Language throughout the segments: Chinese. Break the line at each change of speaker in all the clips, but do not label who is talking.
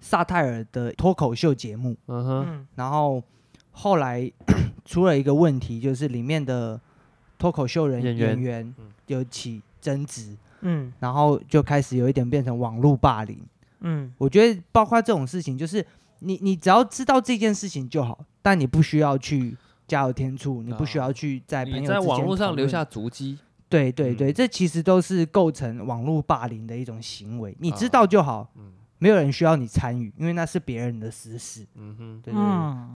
萨泰尔的脱口秀节目，
嗯哼，
嗯，
然后后来 出了一个问题，就是里面的脱口秀人
演
演
员
员
嗯
有起争执，
嗯
然后就开始有一点变成网络霸凌。
嗯
我觉得包括这种事情，就是你你只要知道这件事情就好，但你不需要去加油添醋，你不需要去在朋友
啊你
之
在
间
网络
讨
上
论
留下足迹，
对对对，
嗯
这其实都是构成网络霸凌的一种行为，你知
啊
道就好，
嗯
没有人需要你参与，因为那是别人的私事。
嗯哼，
对对对
嗯，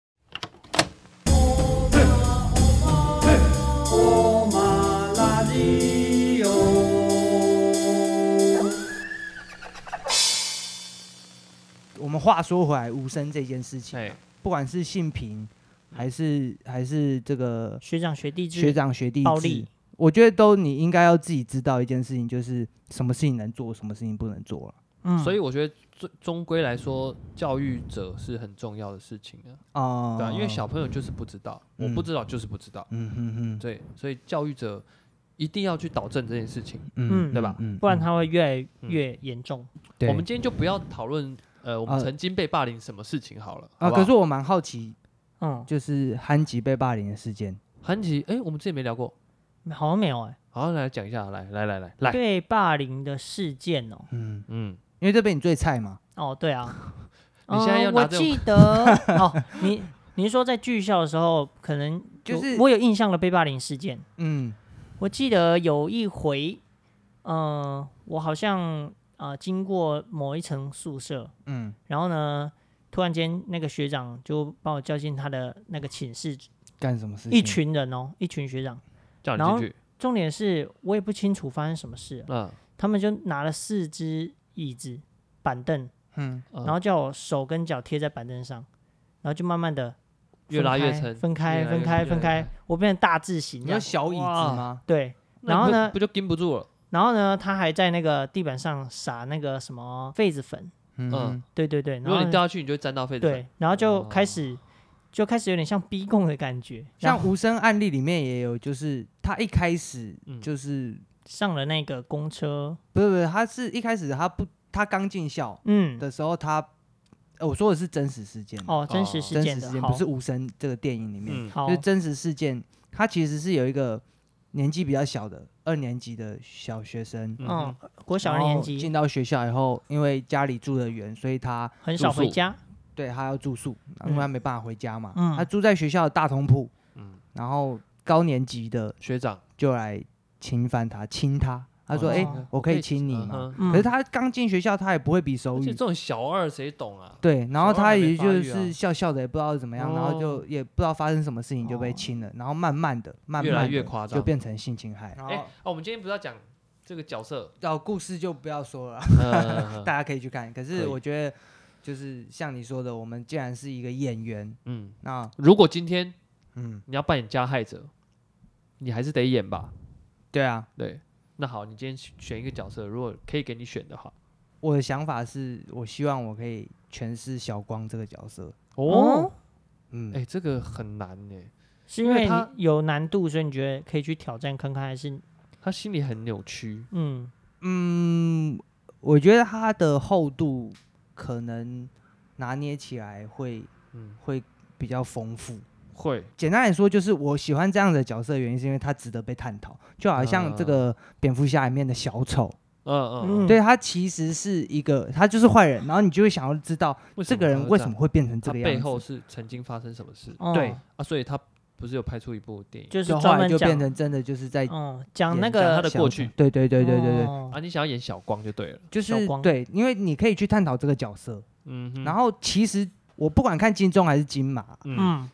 我们话说回来，无声这件事情，
哎，
不管是性平，
嗯
还是还是这个
学长学弟制，
学长学弟
暴
制
力，
我觉得都你应该要自己知道一件事情，就是什么事情能做，什么事情不能做了。
嗯，
所以我觉得终终归来说，教育者是很重要的事情啊，
哦、
对啊，因为小朋友就是不知道，我不
嗯
知道就是不知道，
嗯哼哼，
对，所以教育者一定要去导正这件事情。
嗯
对吧
嗯
不然他会越来
嗯
越严重。
对
我们今天就不要讨论呃，我们
啊
曾经被霸凌什么事情好了
啊，
好不好
可是我蛮好奇，
嗯，
就是憨吉被霸凌的事件，
韩琦，哎，我们之前没聊过，
好像没有哎，
好，来讲一下，来来来来来，
对霸凌的事件哦，
嗯，
嗯，，
因为这边你最菜嘛，
哦，对啊
你现在要
嗯
拿
我
这种
记得 哦，你你是说在剧校的时候，可能
就
有
是
我有印象的被霸凌事件，
嗯
我记得有一回，呃，我好像啊、呃经过某一层宿舍，
嗯
然后呢，突然间那个学长就把我叫进他的那个寝室，
干
嗯
什么事情？
一群人哦，一群学长。
叫你
然后
进去，
重点是我也不清楚发生什么事了，啊
嗯，
他们就拿了四只椅子、板凳，
嗯
嗯
然后叫我手跟脚贴在板凳上，然后就慢慢的
越拉越沉，
分开、
越来越
分
沉越
开、分
来越
开
沉，
我变成大字形
你
这
要
样。
小椅子吗？
对，
那
然后
不
呢
不就盯不住了？
然后呢，他还在那个地板上撒那个什么痱子粉，
嗯
嗯
对对对，
如
然后
果你掉下去，你就会沾到痱子粉。
对，然后就
哦
开始就开始有点像逼供的感觉，然
像
后
无声案例里面也有，就是他一开始
嗯
就是、
上了那个公车，
不是不是，他是一开始他不他刚进校
嗯，
的时候他，呃我说的是真实事件，
哦，真
哦
实事
真
件
实
的
事，件
好
不是无声这个电影里面，
嗯，
好
就是，真实事件，他其实是有一个年纪比较小的二年级的小学生，
嗯
嗯
哼，，
国小二
然后
年级
哦进到学校以后，因为家里住的远，所以他
很少
住宿
回家，
对他要住宿，因
嗯
为他没办法回家嘛，
嗯
他住在学校的大通铺，
嗯
然后高年级的
学长，嗯
就来侵犯他，亲他，他说：“
哦
哎、
我
我可以亲你吗？”？
嗯哼
可是
嗯
他刚进学校，他也不会比手
而
语
且这，种小二谁懂啊？
对，然后
小孩
他
还没
也
发
就
育啊
是笑笑的，也不知道怎么样，然后就也不知道发生什么事情就被亲了，然后慢慢的、慢
越来
慢
越
地
夸
就
张
变成性侵害。哦然
哎，
后
哦，我们今天不是要讲这个角色，
哦，故事就不要说了，
嗯
大家可以去看。可
可以
是我觉得，就是像你说的，我们既然是一个演员，
嗯，
那
如果今天
嗯，
你要扮演加害者，你还是得演吧？
对啊，
对，那好，你今天选一个角色，如果可以给你选的话，
我的想法是，我希望我可以诠释小光这个角色。
哦，
嗯，
哎，这个很难呢，
是
因
因
为
为
他
你有难度，所以你觉得可以去挑战看看，还是
他心里很扭曲，
嗯
嗯，我觉得它的厚度可能拿捏起来会
嗯，
会比较丰富。
会，
简单来说，就是我喜欢这样的角色，原因是因为它值得被探讨。就好像
啊
这个蝙蝠侠里面的小丑，
嗯嗯，
对他其实是一个，他就是坏人，然后你就会想要知道
为什
这
么
个
他
人
会
为什
这样
么会变成这
他
个样
背
子。
后是曾经发生什么事
哦
对
啊？所以他不是有拍出一部电影
就是
就后
专
来
门
就变
讲
成真的就是在
嗯讲那
演
讲
个
他的
小
过
丑
去
对对对对对对，
哦
啊？你想要演小光就对了，
就
小
是
光
对，因为你可以去探讨这个角色。
嗯哼，
然后其实我不管看金钟还是金马，
嗯
嗯，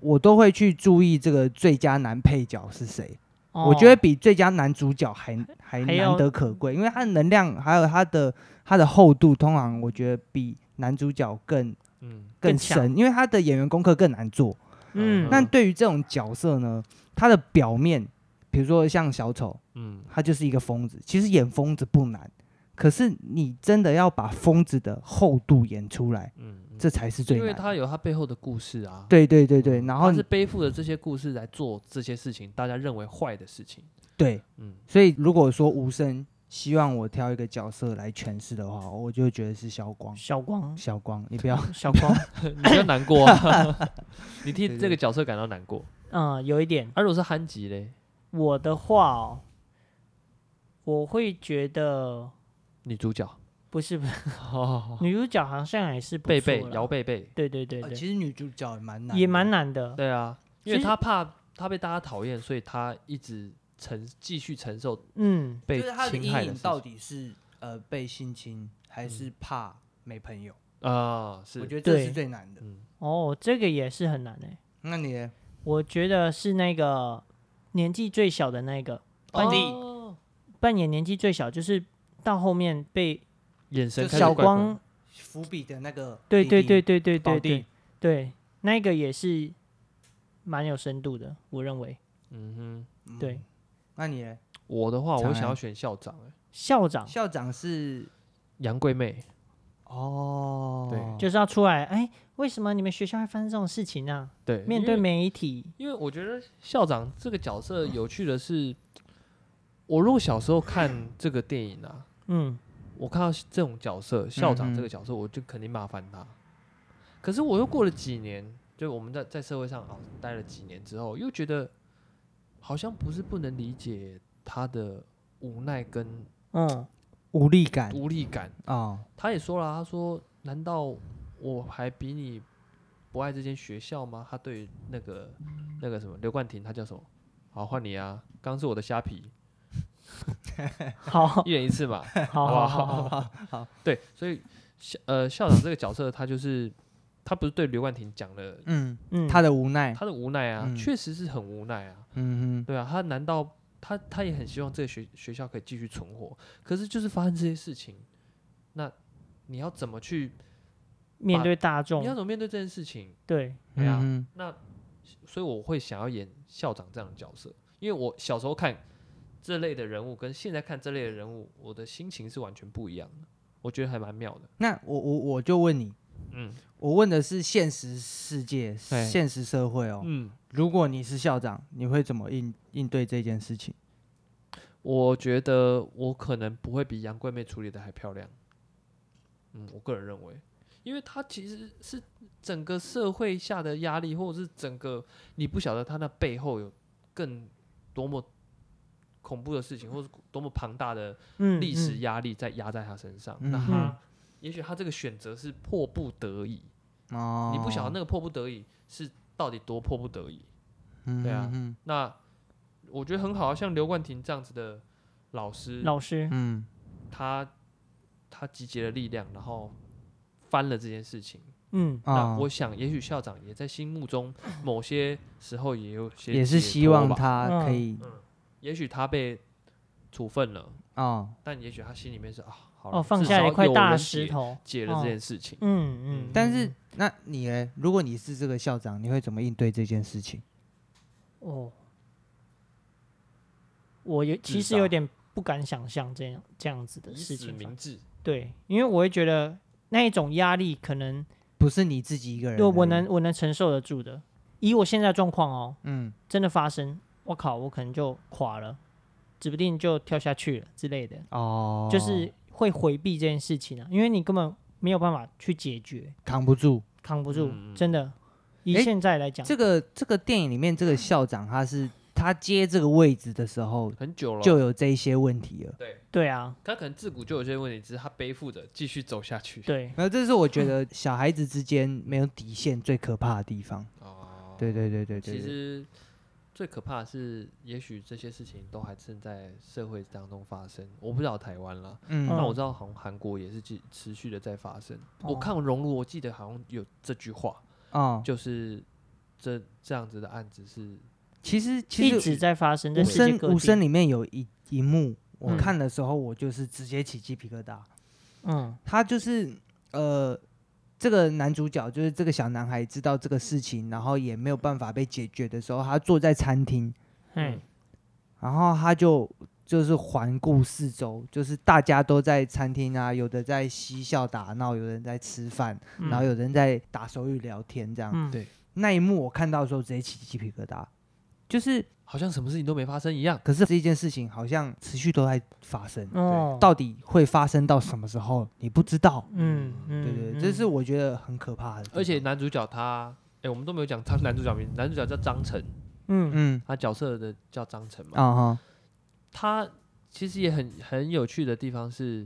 我都会去注意这个最佳男配角是谁。我
哦
觉得比最佳男主角还还
还要
难得可贵，因为他的能量还有他的他的厚度，通常我觉得比男主角更
嗯
更强
深，因为他的演员功课更难做。
嗯
那对于这种角色呢，他的表面，比如说像小丑，
嗯
他就是一个疯子。其实演疯子不难，可是你真的要把疯子的厚度演出来，
嗯，嗯
这才是最
因为
难的。
他有他背后的故事啊，
对对对对，然后
他是背负着这些故事来做这些事情，大家认为坏的事情，
对，
嗯
所以如果说无声希望我挑一个角色来诠释的话，我就会觉得是小光。
小光，
小光，你不要
小 光，
你不要难过啊， 你替
对对
这个角色感到难过。
嗯，有一点。
啊而、如果是憨吉嘞，
我的话、哦，我会觉得
女主角，
不是不是，
哦，
女主角好像也是不
贝
错
贝
啦
姚贝贝，
对对对
呃
对，
其实女主角也蛮难，
也蛮。难的。
对啊，因
其
为
实
他怕他被大家讨厌，所以他一直承继续承受
嗯，
就
被
是她的
侵
阴
害
影
事
到
情
底是呃被性侵，还是怕没朋友？
啊，是，
我觉得这
对
是最难的。
嗯，
哦，这个也是很难诶、
那你呢
我觉得是那个年纪最小的那个
班底
哦
扮演年纪最小，就是到后面被
眼神
就
开始
是
小
怪怪的
光，
伏笔的那个
对
弟
对
弟
对对对
宝
对
弟
对，对，那个也是蛮有深度的，我认为。
嗯
嗯
对，
那你呢
哼，我的话，我
长
会想要
安
选校长，哎
校长
校长是
杨贵妹，
哦，
就是要出来，哎，为什么你们学校会发生这种事情啊？
对，
面
因
对
为
媒体，
因为我觉得校长这个角色有趣的是，我如果小时候看这个电影啊，
嗯，
我看到这种角色，校长
嗯
这
哼
个角色，我就肯定骂翻他。可是我又过了几年，就我们在在社会上啊待了几年之后，又觉得好像不是不能理解他的无奈跟
嗯，
无力感
无力感。
哦，
他也说了啊，他说：“难道我还比你不爱这间学校吗？”他对于那个那个什么刘冠廷，他叫什么？好，换你啊！刚是我的虾皮，
好，好
一人一次嘛。
好好好，
好好， 对，所以校呃校长这个角色，他就是他不是对刘冠廷讲了
嗯，
嗯，
他的无奈，
他的无奈啊，
嗯
确实是很无奈啊，
嗯
对啊，他难道他他也很希望这个学学校可以继续存活，可是就是发生这些事情，那你要怎么去，
面
把
对大
你要
众，
怎么面对这件事情？
对，
哼，
对啊
嗯
那所以我会想要演校长这样的角色，因为我小时候看这类的人物，跟现在看这类的人物，我的心情是完全不一样的，我觉得还蛮妙的
哼，，那我我我就问你，
嗯
我问的是现实世界、
哎
现实社会哦，
嗯。
如果你是校长，你会怎么应应对这件事情？
我觉得我可能不会比杨贵妹处理的还漂亮。嗯，我个人认为，因为她其实是整个社会下的压力，或者是整个你不晓得她那背后有更多么恐怖的事情，或是多么庞大的
嗯，
历史
嗯
压力在压在她身上。
嗯
那
嗯
她也许她这个选择是迫不得已，
哦，
你不晓得那个迫不得已是到底多迫不得已。
那
对啊
嗯
那我觉得很好啊，像刘冠廷这样子的老师，
老师，
嗯
他他集结了力量，然后翻了这件事情。
嗯，
那
啊，
我想，也许校长也在心目中某些时候也有些
也是
解脱
希望
吧，
他可
嗯
以
也许他被处分了，
哦，
但也许他心里面是啊，好了
哦，放
至
下了一
少
块
有
大
人
石
解
头，
解了这
哦
件事情。
嗯嗯，
但
嗯
是那你呢？如果你是这个校长，你会怎么应对这件事情？
哦，我有其
自
实有
杀
点不敢想象这样这样子的
以死
事情发
明
生，
志，
对，因为我会觉得那一种压力可能
不是你自己一个人而已，
对我能我能承受得住的，以我现在的状况哦，
嗯，
真的发生，我靠，我可能就垮了，指不定就跳下去了之类的，
哦，
就是会回避这件事情啊，因为你根本没有办法去解决，
扛不住。
扛不住，
嗯嗯
真的。以
诶
现在来讲，
这个这个电影里面，这个校长他是他接这个位置的时候
很久了，
就有这一些问题了。
对
对啊，
他可能自古就有这些问题，只是他背负着继续走下去。
对，
然后这是我觉得小孩子之间没有底线最可怕的地方。
哦
对对对对对，
其
对
实最可怕的是，也许这些事情都还正在社会当中发生。我不知道台湾啦，那、
嗯
嗯
我知道好像韩国也是继持续的在发生。我
哦
看《熔炉》，我记得好像有这句话，
哦，
就是这这样子的案子是
其实
一
其
直
实
在发生在
无
世界
声
各
无声
地。
里面有一一幕，我
嗯
看的时候我就是直接起鸡皮疙瘩。
嗯
他就是呃，这个男主角就是这个小男孩知道这个事情，然后也没有办法被解决的时候，他坐在餐厅，
嗯，
然后他就就是环顾四周，就是大家都在餐厅啊，有的在嬉笑打闹，有人在吃饭，
嗯
然后有人在打手语聊天这样。
嗯
对
那一幕我看到的时候直接起鸡皮疙瘩，就是
好像什么事情都没发生一样。
可是这件事情好像持续都在发生，
哦，
到底会发生到什么时候你不知道，
嗯嗯，
对对对，这是
嗯
我觉得很可怕的地方。嗯
而且男主角他，哎、我们都没有讲他男主角名，男主角叫张晨，
嗯
嗯
他角色的叫张晨嘛。
啊哈
他其实也很很有趣的地方是，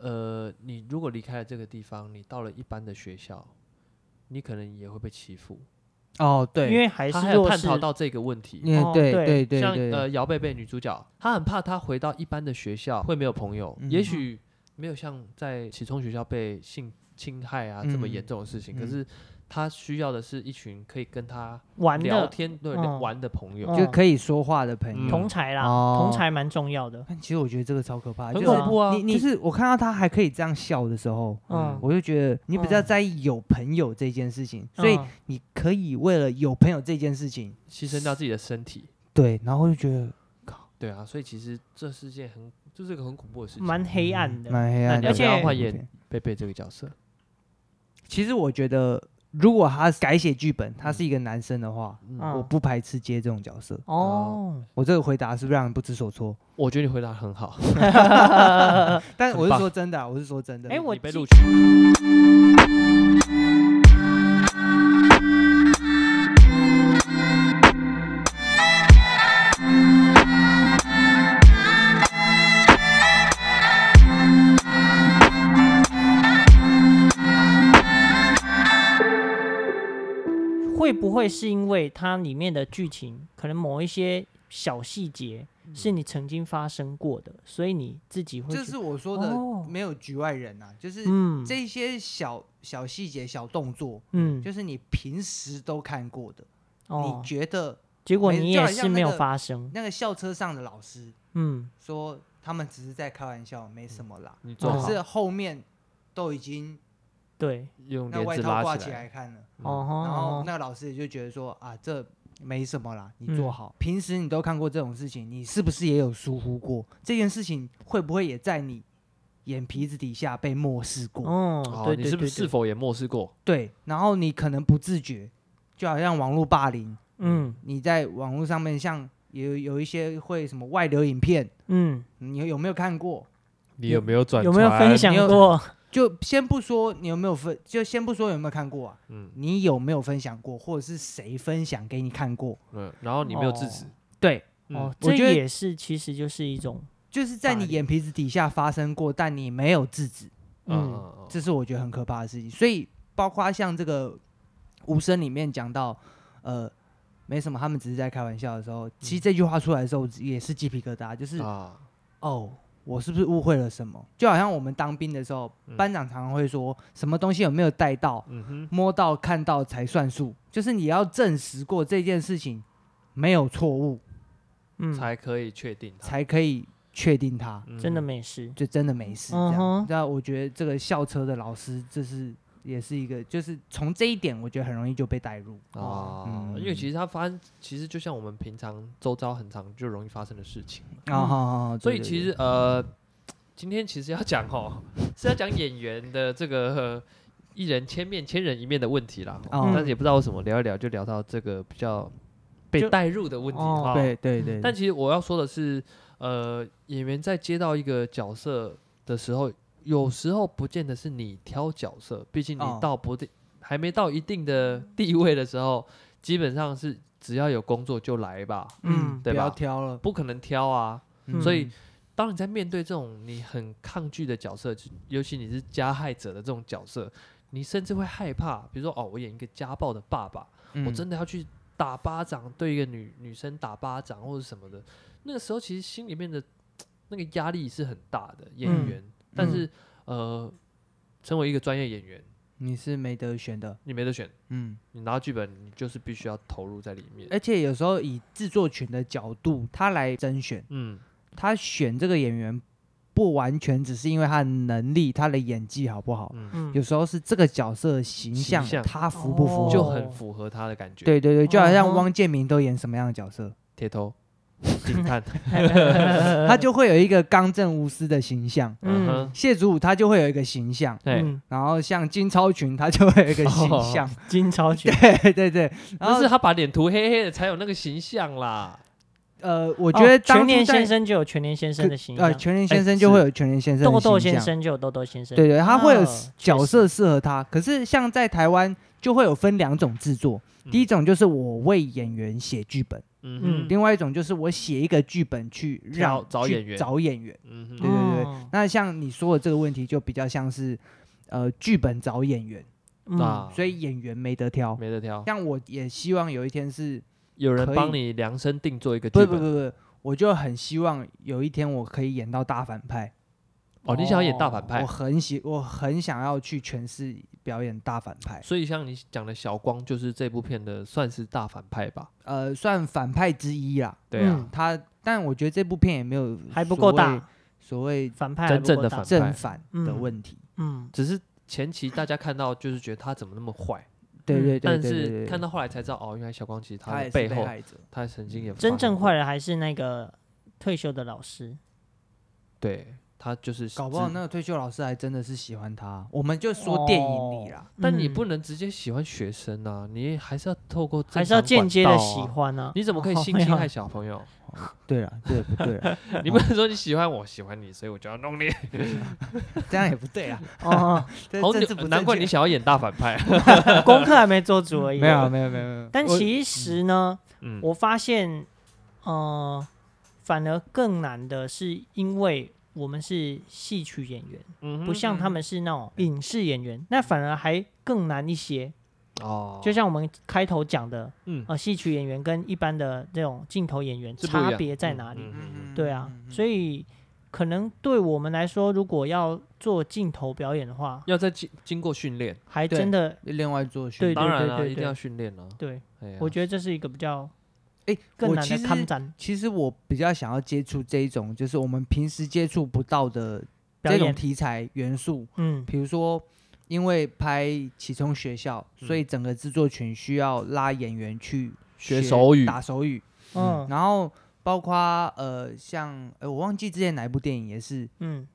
呃，你如果离开了这个地方，你到了一般的学校，你可能也会被欺负。
哦对，
因为还
他
是
还有
弱
探
势
讨到这个问题，
嗯
哦
对
对
对对
像
对
呃姚贝贝女主角，她很怕她回到一般的学校会没有朋友，
嗯
也许没有像在启聪学校被性侵害啊、这么
嗯
严重的事情，
嗯
可是她需要的是一群可以跟她
玩
聊
的
天对、
嗯
玩的朋友，
嗯
就可以说话的朋
嗯
友。
同才啦，
哦
同才蛮重要的。
但其实我觉得这个超可怕，
很
就是
恐怖啊！
你你是我看到他还可以这样笑的时候，
嗯
嗯，
我就觉得你比较在意有朋友这件事情，所以
嗯
你可以为了有朋友这件事情，
牺牲掉自己的身体，
对，然后就觉得
对啊，所以其实这是件很这是一个很恐怖的事情。
蛮黑暗的。
嗯蛮黑暗的。
而且
蛮
换
恐怖
演
的
贝贝这个角色，
其实我觉得，如果他改写剧本，他是一个男生的话，
嗯，
嗯
我不排斥接这种角色。
哦，
我这个回答是不是让人不知所措？
我觉得你回答得很好，
但
很
我是
棒
说真的啊，我是说真的。
哎我
你被
记
录取，
会不会是因为它里面的剧情可能某一些小细节
嗯
是你曾经发生过的，所以你自己会
这
觉
是
得
我说的
哦，
没有局外人啊，就是
嗯
这些小小细节、小动作，
嗯
就是你平时都看过的，
哦
你，觉得
结果
没就
你也
好像
是没有
那个
发生，
那个校车上的老师
嗯
说他们只是在开玩笑，没什么啦，
你做
哦
可
好
是后面都已经
对，
用
那
帘
外
子
套挂
拉
起
来，
来看了。
嗯
哦吼
然后
哦
那个老师也就觉得说啊，这没什么啦，你
嗯
做好。平时你都看过这种事情，你是不是也有疏忽过？这件事情会不会也在你眼皮子底下被漠视过？
哦，
哦，
对
你
对
是不
对
是是
对，
否也漠视过？
对，然后你可能不自觉，就好像网络霸凌，
嗯
你在网络上面像有有一些会什么外流影片，
嗯，
哦你有有没有看过？
你
有
有没有转？
有没有分？享
你有
过？
就先不说你有没有分，就先不说有没有看过啊，
嗯
你有没有分享过，或者是谁分享给你看过？
嗯，然后你没有制止，
对，
哦，
嗯我
这
觉得
也是其实就是一种
就是在你
霸凌
眼皮子底下发生过，但你没有制止，
嗯，
嗯
嗯
这是我觉得很可怕的事情。所以包括像这个《无声》里面讲到，呃，没什么，他们只是在开玩笑的时候，其实这句话出来的时候也是鸡皮疙瘩，就是、
嗯啊，
哦，我是不是误会了什么？就好像我们当兵的时候，
嗯
班长常常会说什么东西有没有带到、
嗯哼，
摸到、看到才算数，就是你要证实过这件事情没有错误，
嗯，
才可以确定它，
才可以确定它。
嗯
真的没事。
就真的没事这
嗯
样
哼。
那、我觉得这个校车的老师，这是也是一个，就是从这一点，我觉得很容易就被带入。
啊，
嗯
因为其实它发生，其实就像我们平常周遭很常就容易发生的事情，
啊、好好好，
嗯所
对
以
对
其
对
实呃，今天其实要讲哦，是要讲演员的这个。一人千面，千人一面的问题啦，
哦
但是也不知道为什么聊一聊就聊到这个比较被
就
带入的问题
哦
哈。
对对对，
但其实我要说的是，呃，演员在接到一个角色的时候，有时候不见得是你挑角色，毕竟你
哦
到不定、还没到一定的地位的时候，基本上是只要有工作就来吧，
嗯，
嗯
对
不要
吧
挑了。
不可能挑啊。
嗯
所以当你在面对这种你很抗拒的角色，就尤其你是加害者的这种角色，你甚至会害怕，比如说哦，我演一个家暴的爸爸，
嗯
嗯
我真的要去打巴掌，对一个女女生打巴掌或者什么的，那个时候其实心里面的那个压力是很大的。演
嗯
员，但是、呃，成为一个专业演员，
你是没得选的，
你没得选，
嗯。
你拿到剧本，你就是必须要投入在里面。
哎
而且有时候以制作群的角度，他来甄选，
嗯，
他选这个演员不完全只是因为他的能力、他的演技好不好，
嗯，
有时候是这个角色的形
形
象
象
他符不符
哦
合。
就很符合他的感觉。，
对对对，就好
嗯
像
哼
汪建民都演什么样的角色，
铁头，警探，
他就会有一个刚正无私的形象。
嗯
嗯
哼，
谢祖武他就会有一个形象，
对，
嗯，
然后像金超群他就会有一个形象，
金超群，
对对对。然
但
后
是他把脸涂黑黑的才有那个形象啦。
呃，我觉得
哦全
当初
年先
在
生就有全年先生的形象
呃，全年先
哎
生
是
就会有全年先生
豆
的
豆
形
先
象，
生就有豆豆先生，
对对，他会有
哦
角，
确实
色适合他。可是像在台湾就会有分两种制作，第一种就是我为演员写剧本，
嗯嗯哼，
另外一种就是我写一个剧本去让
挑找
去
演员
找演员。
嗯
对
哼，
对对
哦
那像你说的这个问题，就比较像是呃剧本找演员，
嗯
啊
所以演员没得挑。
没得挑，
像我也希望有一天是，
有人
可以
帮你量身定做一个
不
剧
是不是
本。
不是不是，我就很希望有一天我可以演到大反派。
哦，你想要演大反
我
派，
很喜，我很想要去诠释表演大反派，
所以像你讲的小光就是这部片的算是大反派吧？
呃，算反派之一啦。
对啊，
嗯
他，但我觉得这部片也没有
还不够大，
所谓
反派还
真
不
正
够
的
大
反
正
派
反的问题。
嗯，
只是前期大家看到就是觉得他怎么那么坏，
对对对
但
对对对
是
对
看到后来才知道，哦，原来小光其实
他
的
也是
背
被
后，
害者，
他曾经也
真正
坏，
坏的还是那个退休的老师，
对他就是
搞不好
只
那个退休老师还真的是喜欢他。我们就说电影里啦，
但你
嗯
不能直接喜欢学生啊，你还是要透过正
还是要
常
间
管
接的
道
喜
啊。
欢啊，
你怎么可以
哦
性
没
侵
有
害小朋友？
对了，对不对啦？
你不能说你喜欢我，喜欢你，所以我就要弄你。
这样也不对啦，
哦，
这
好
政治不
扭，
正
难怪
确
你想要演大反派。
功课还没做足而已。
没有，没有没有没有。
但
我
其实呢，
嗯，
我发现，呃，反而更难的是，因为我们是戏曲演员，
嗯哼嗯
不像他们是那种影视演员，那反而还更难一些。
哦，
就像我们开头讲的，
嗯
呃，戏曲演员跟一般的这种镜头演员
是不一样
差别在哪里？
嗯嗯
对啊，所以可能对我们来说，如果要做镜头表演的话，
要再经经过训练，
还
对
真的
另外做选
对
择
当然啊，
对
一定
对
要训练啊。
对，
哎呀
我觉得这是一个比较
哎，
更
我
难
其
的
实
看展
其实我比较想要接触这一种，就是我们平时接触不到的
表
这种
演。
题材元素，
嗯
比如说。因为拍《启聪学校》，所
嗯
以整个制作群需要拉演员去
学手语
打手语，
嗯
然后包括呃，像呃，我忘记之前哪一部电影也是，
嗯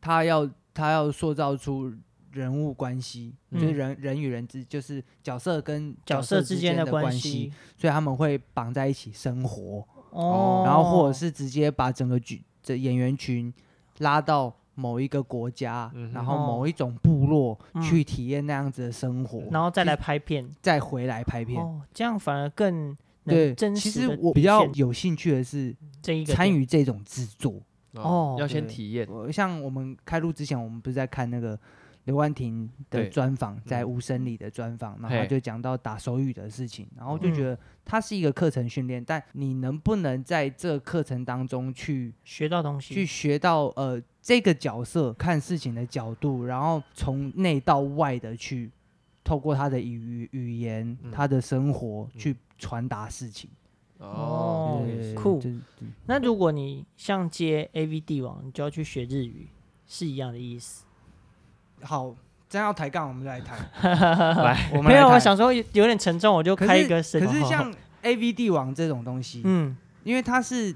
他要他要塑造出人物关系，就是
嗯
人人与人之，就是角色跟
角
色
色
之
之
间
间的
关
系
所以他们会绑在一起生活，
哦，
然后或者是直接把整个剧这演员群拉到。某一个国家，
嗯哼
然后
哦
某一种部落、
嗯
去体验那样子的生活，
哦然后再来拍片
再回来拍片。
哦，这样反而更
对
能，真
其
实
实
的
我比较有兴趣的是
这一个
参
点
与这种制作。
哦
哦，
要先
对
体验。
我像我们开录之前，我们不是在看那个刘冠廷的
对
专访，在
嗯
无声里的专访，然后他
嘿
就讲到打手语的事情，然后就
嗯
觉得它是一个课程训练，但你能不能在这个课程当中去
学到东
去
西，
学到呃这个角色看事情的角度，然后从内到外的去透过他的语语言、
嗯
他的生活
嗯
去传达事情。
哦
哦，
对对对
酷
就是对
那如果你像接 A V 帝王，你就要去学日语，是一样的 意思。
好，真要抬杠，我们就来谈。
来，
我们
没
来
有，我
谈
想说有有点沉重，我就
可
开一
是
个神。
可 是像 A V 帝王这种东西，
嗯
因为他是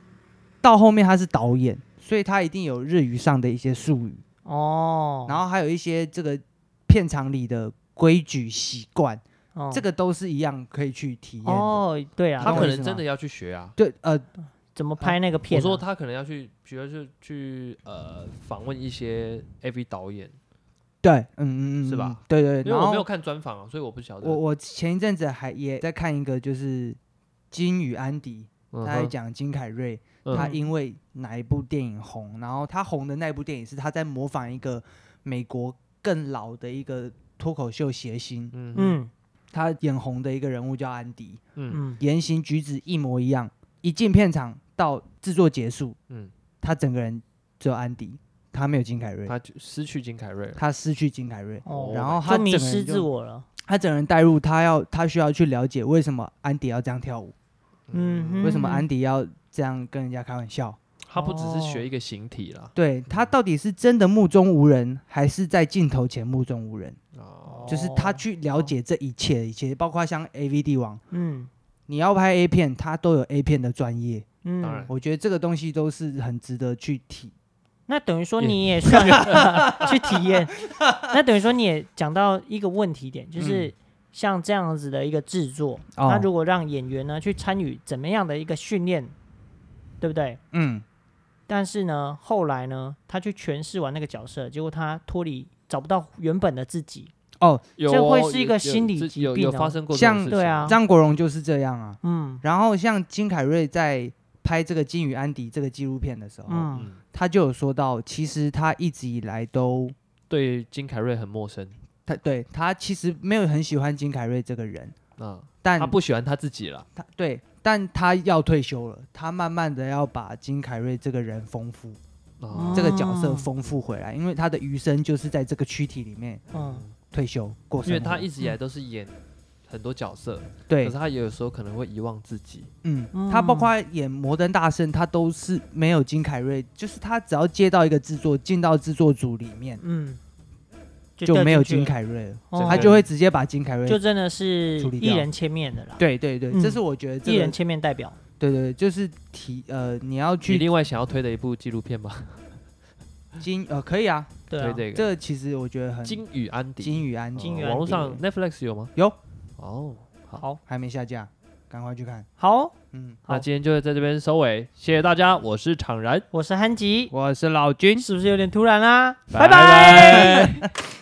到后面他是导演，所以他一定有日语上的一些术语，
哦，
然后还有一些这个片场里的规矩习惯，
哦
后
这个都是一样可以去体验的。
哦，对啊，
他
懂
可
我意
能
思
真
吗
的要去学啊。
对，呃，
怎么拍那个片、
我
啊？
说他可能要去，比如就去呃访问一些 AV 导演，
对，嗯嗯嗯，
是吧
嗯？对对，
因为
对
我
然
没有
后
看专访啊，所以我不晓得。
我我前一阵子还也在看一个，就是金与安迪，
嗯
他在
哼
讲金凯瑞，
嗯
他因为哪一部电影红，然后他红的那部电影是他在模仿一个美国更老的一个脱口秀谐星，
嗯哼
嗯
他眼红的一个人物叫安迪，
嗯
嗯，
言行举止一模一样，一进片场到制作结束，
嗯，
他整个人只有安迪，他没有金凯瑞，
他就失去金凯瑞了。
他失去金凯瑞，
哦，
然后他
就
整
迷
个
失
人
自
就
我了。
他整个人带入他要他需要去了解为什么安迪要这样跳舞，
嗯
为什么安迪要这样跟人家开玩笑。
他不只是
哦
学一个形体啦，
对他到底是真的目中无人，还是在镜头前目中无人？
哦，
就是他
哦
去了解这一切，一切包括像 A V 帝王，
嗯
你要拍 A 片，他都有 A 片的专业，
嗯
当然
我觉得这个东西都是很值得去提。
那等于说
也
嗯
你也算 去体 验，那等于说你也讲到一个问题点，就是像这样子的一个制作，
嗯哦
那如果让演员呢去参与怎么样的一个训练，对不对？
嗯，
但是呢，后来呢，他去诠释完那个角色，结果他脱离找不到原本的自己，
哦，
有
这会
哦
是一
有
个
有
心理
这
疾
有
病
有
哦
发生过这
像
种事
对
情
啊
张国荣就是这样啊。
嗯
然后像金凯瑞在拍这个《金与安迪》这个纪录片的时候，
嗯
嗯，
他就有说到，其实他一直以来都，
对金凯瑞很陌生
他对他其实没有很喜欢金凯瑞这个人，
啊，
嗯
但
他不喜欢他自己了，
他对，但他要退休了，他慢慢的要把金凯瑞这个人丰富，
啊
这个角色
哦
丰富回来，因为他的余生就是在这个躯体里面
嗯
退休过生
因
活。
为他一直以来都是演很多角色，可
对
是，他也有时候可能会遗忘自己。
嗯，
嗯
他包括演《摩登大圣》，他都是没有金凯瑞，就是他只要接到一个制作，进到制作组里面
嗯，
就
掉
没有
进
金
去了，
凯瑞了，
哦
他就会直接把金凯瑞
就真的是
处理
一
掉
人切面的啦，
对对对，
嗯
这是我觉得这
一人
个
切面代表。
对对，对就是提呃，你要
你
去
另外想要推的一部纪录片吗？
金呃可以啊，
对
推
啊，
这
这
个
个其实我觉得很
《金与安迪》
金宇安
哦，
金与
网
安
络
迪
上 Netflix 有吗？
有
哦，好，
好
还没下架，赶快去看。
好，
嗯，
那
好
今天就在这边收尾，谢谢大家，我是常然，
我是憨吉，
我是老君，
是不是有点突然啦、
拜
啊拜拜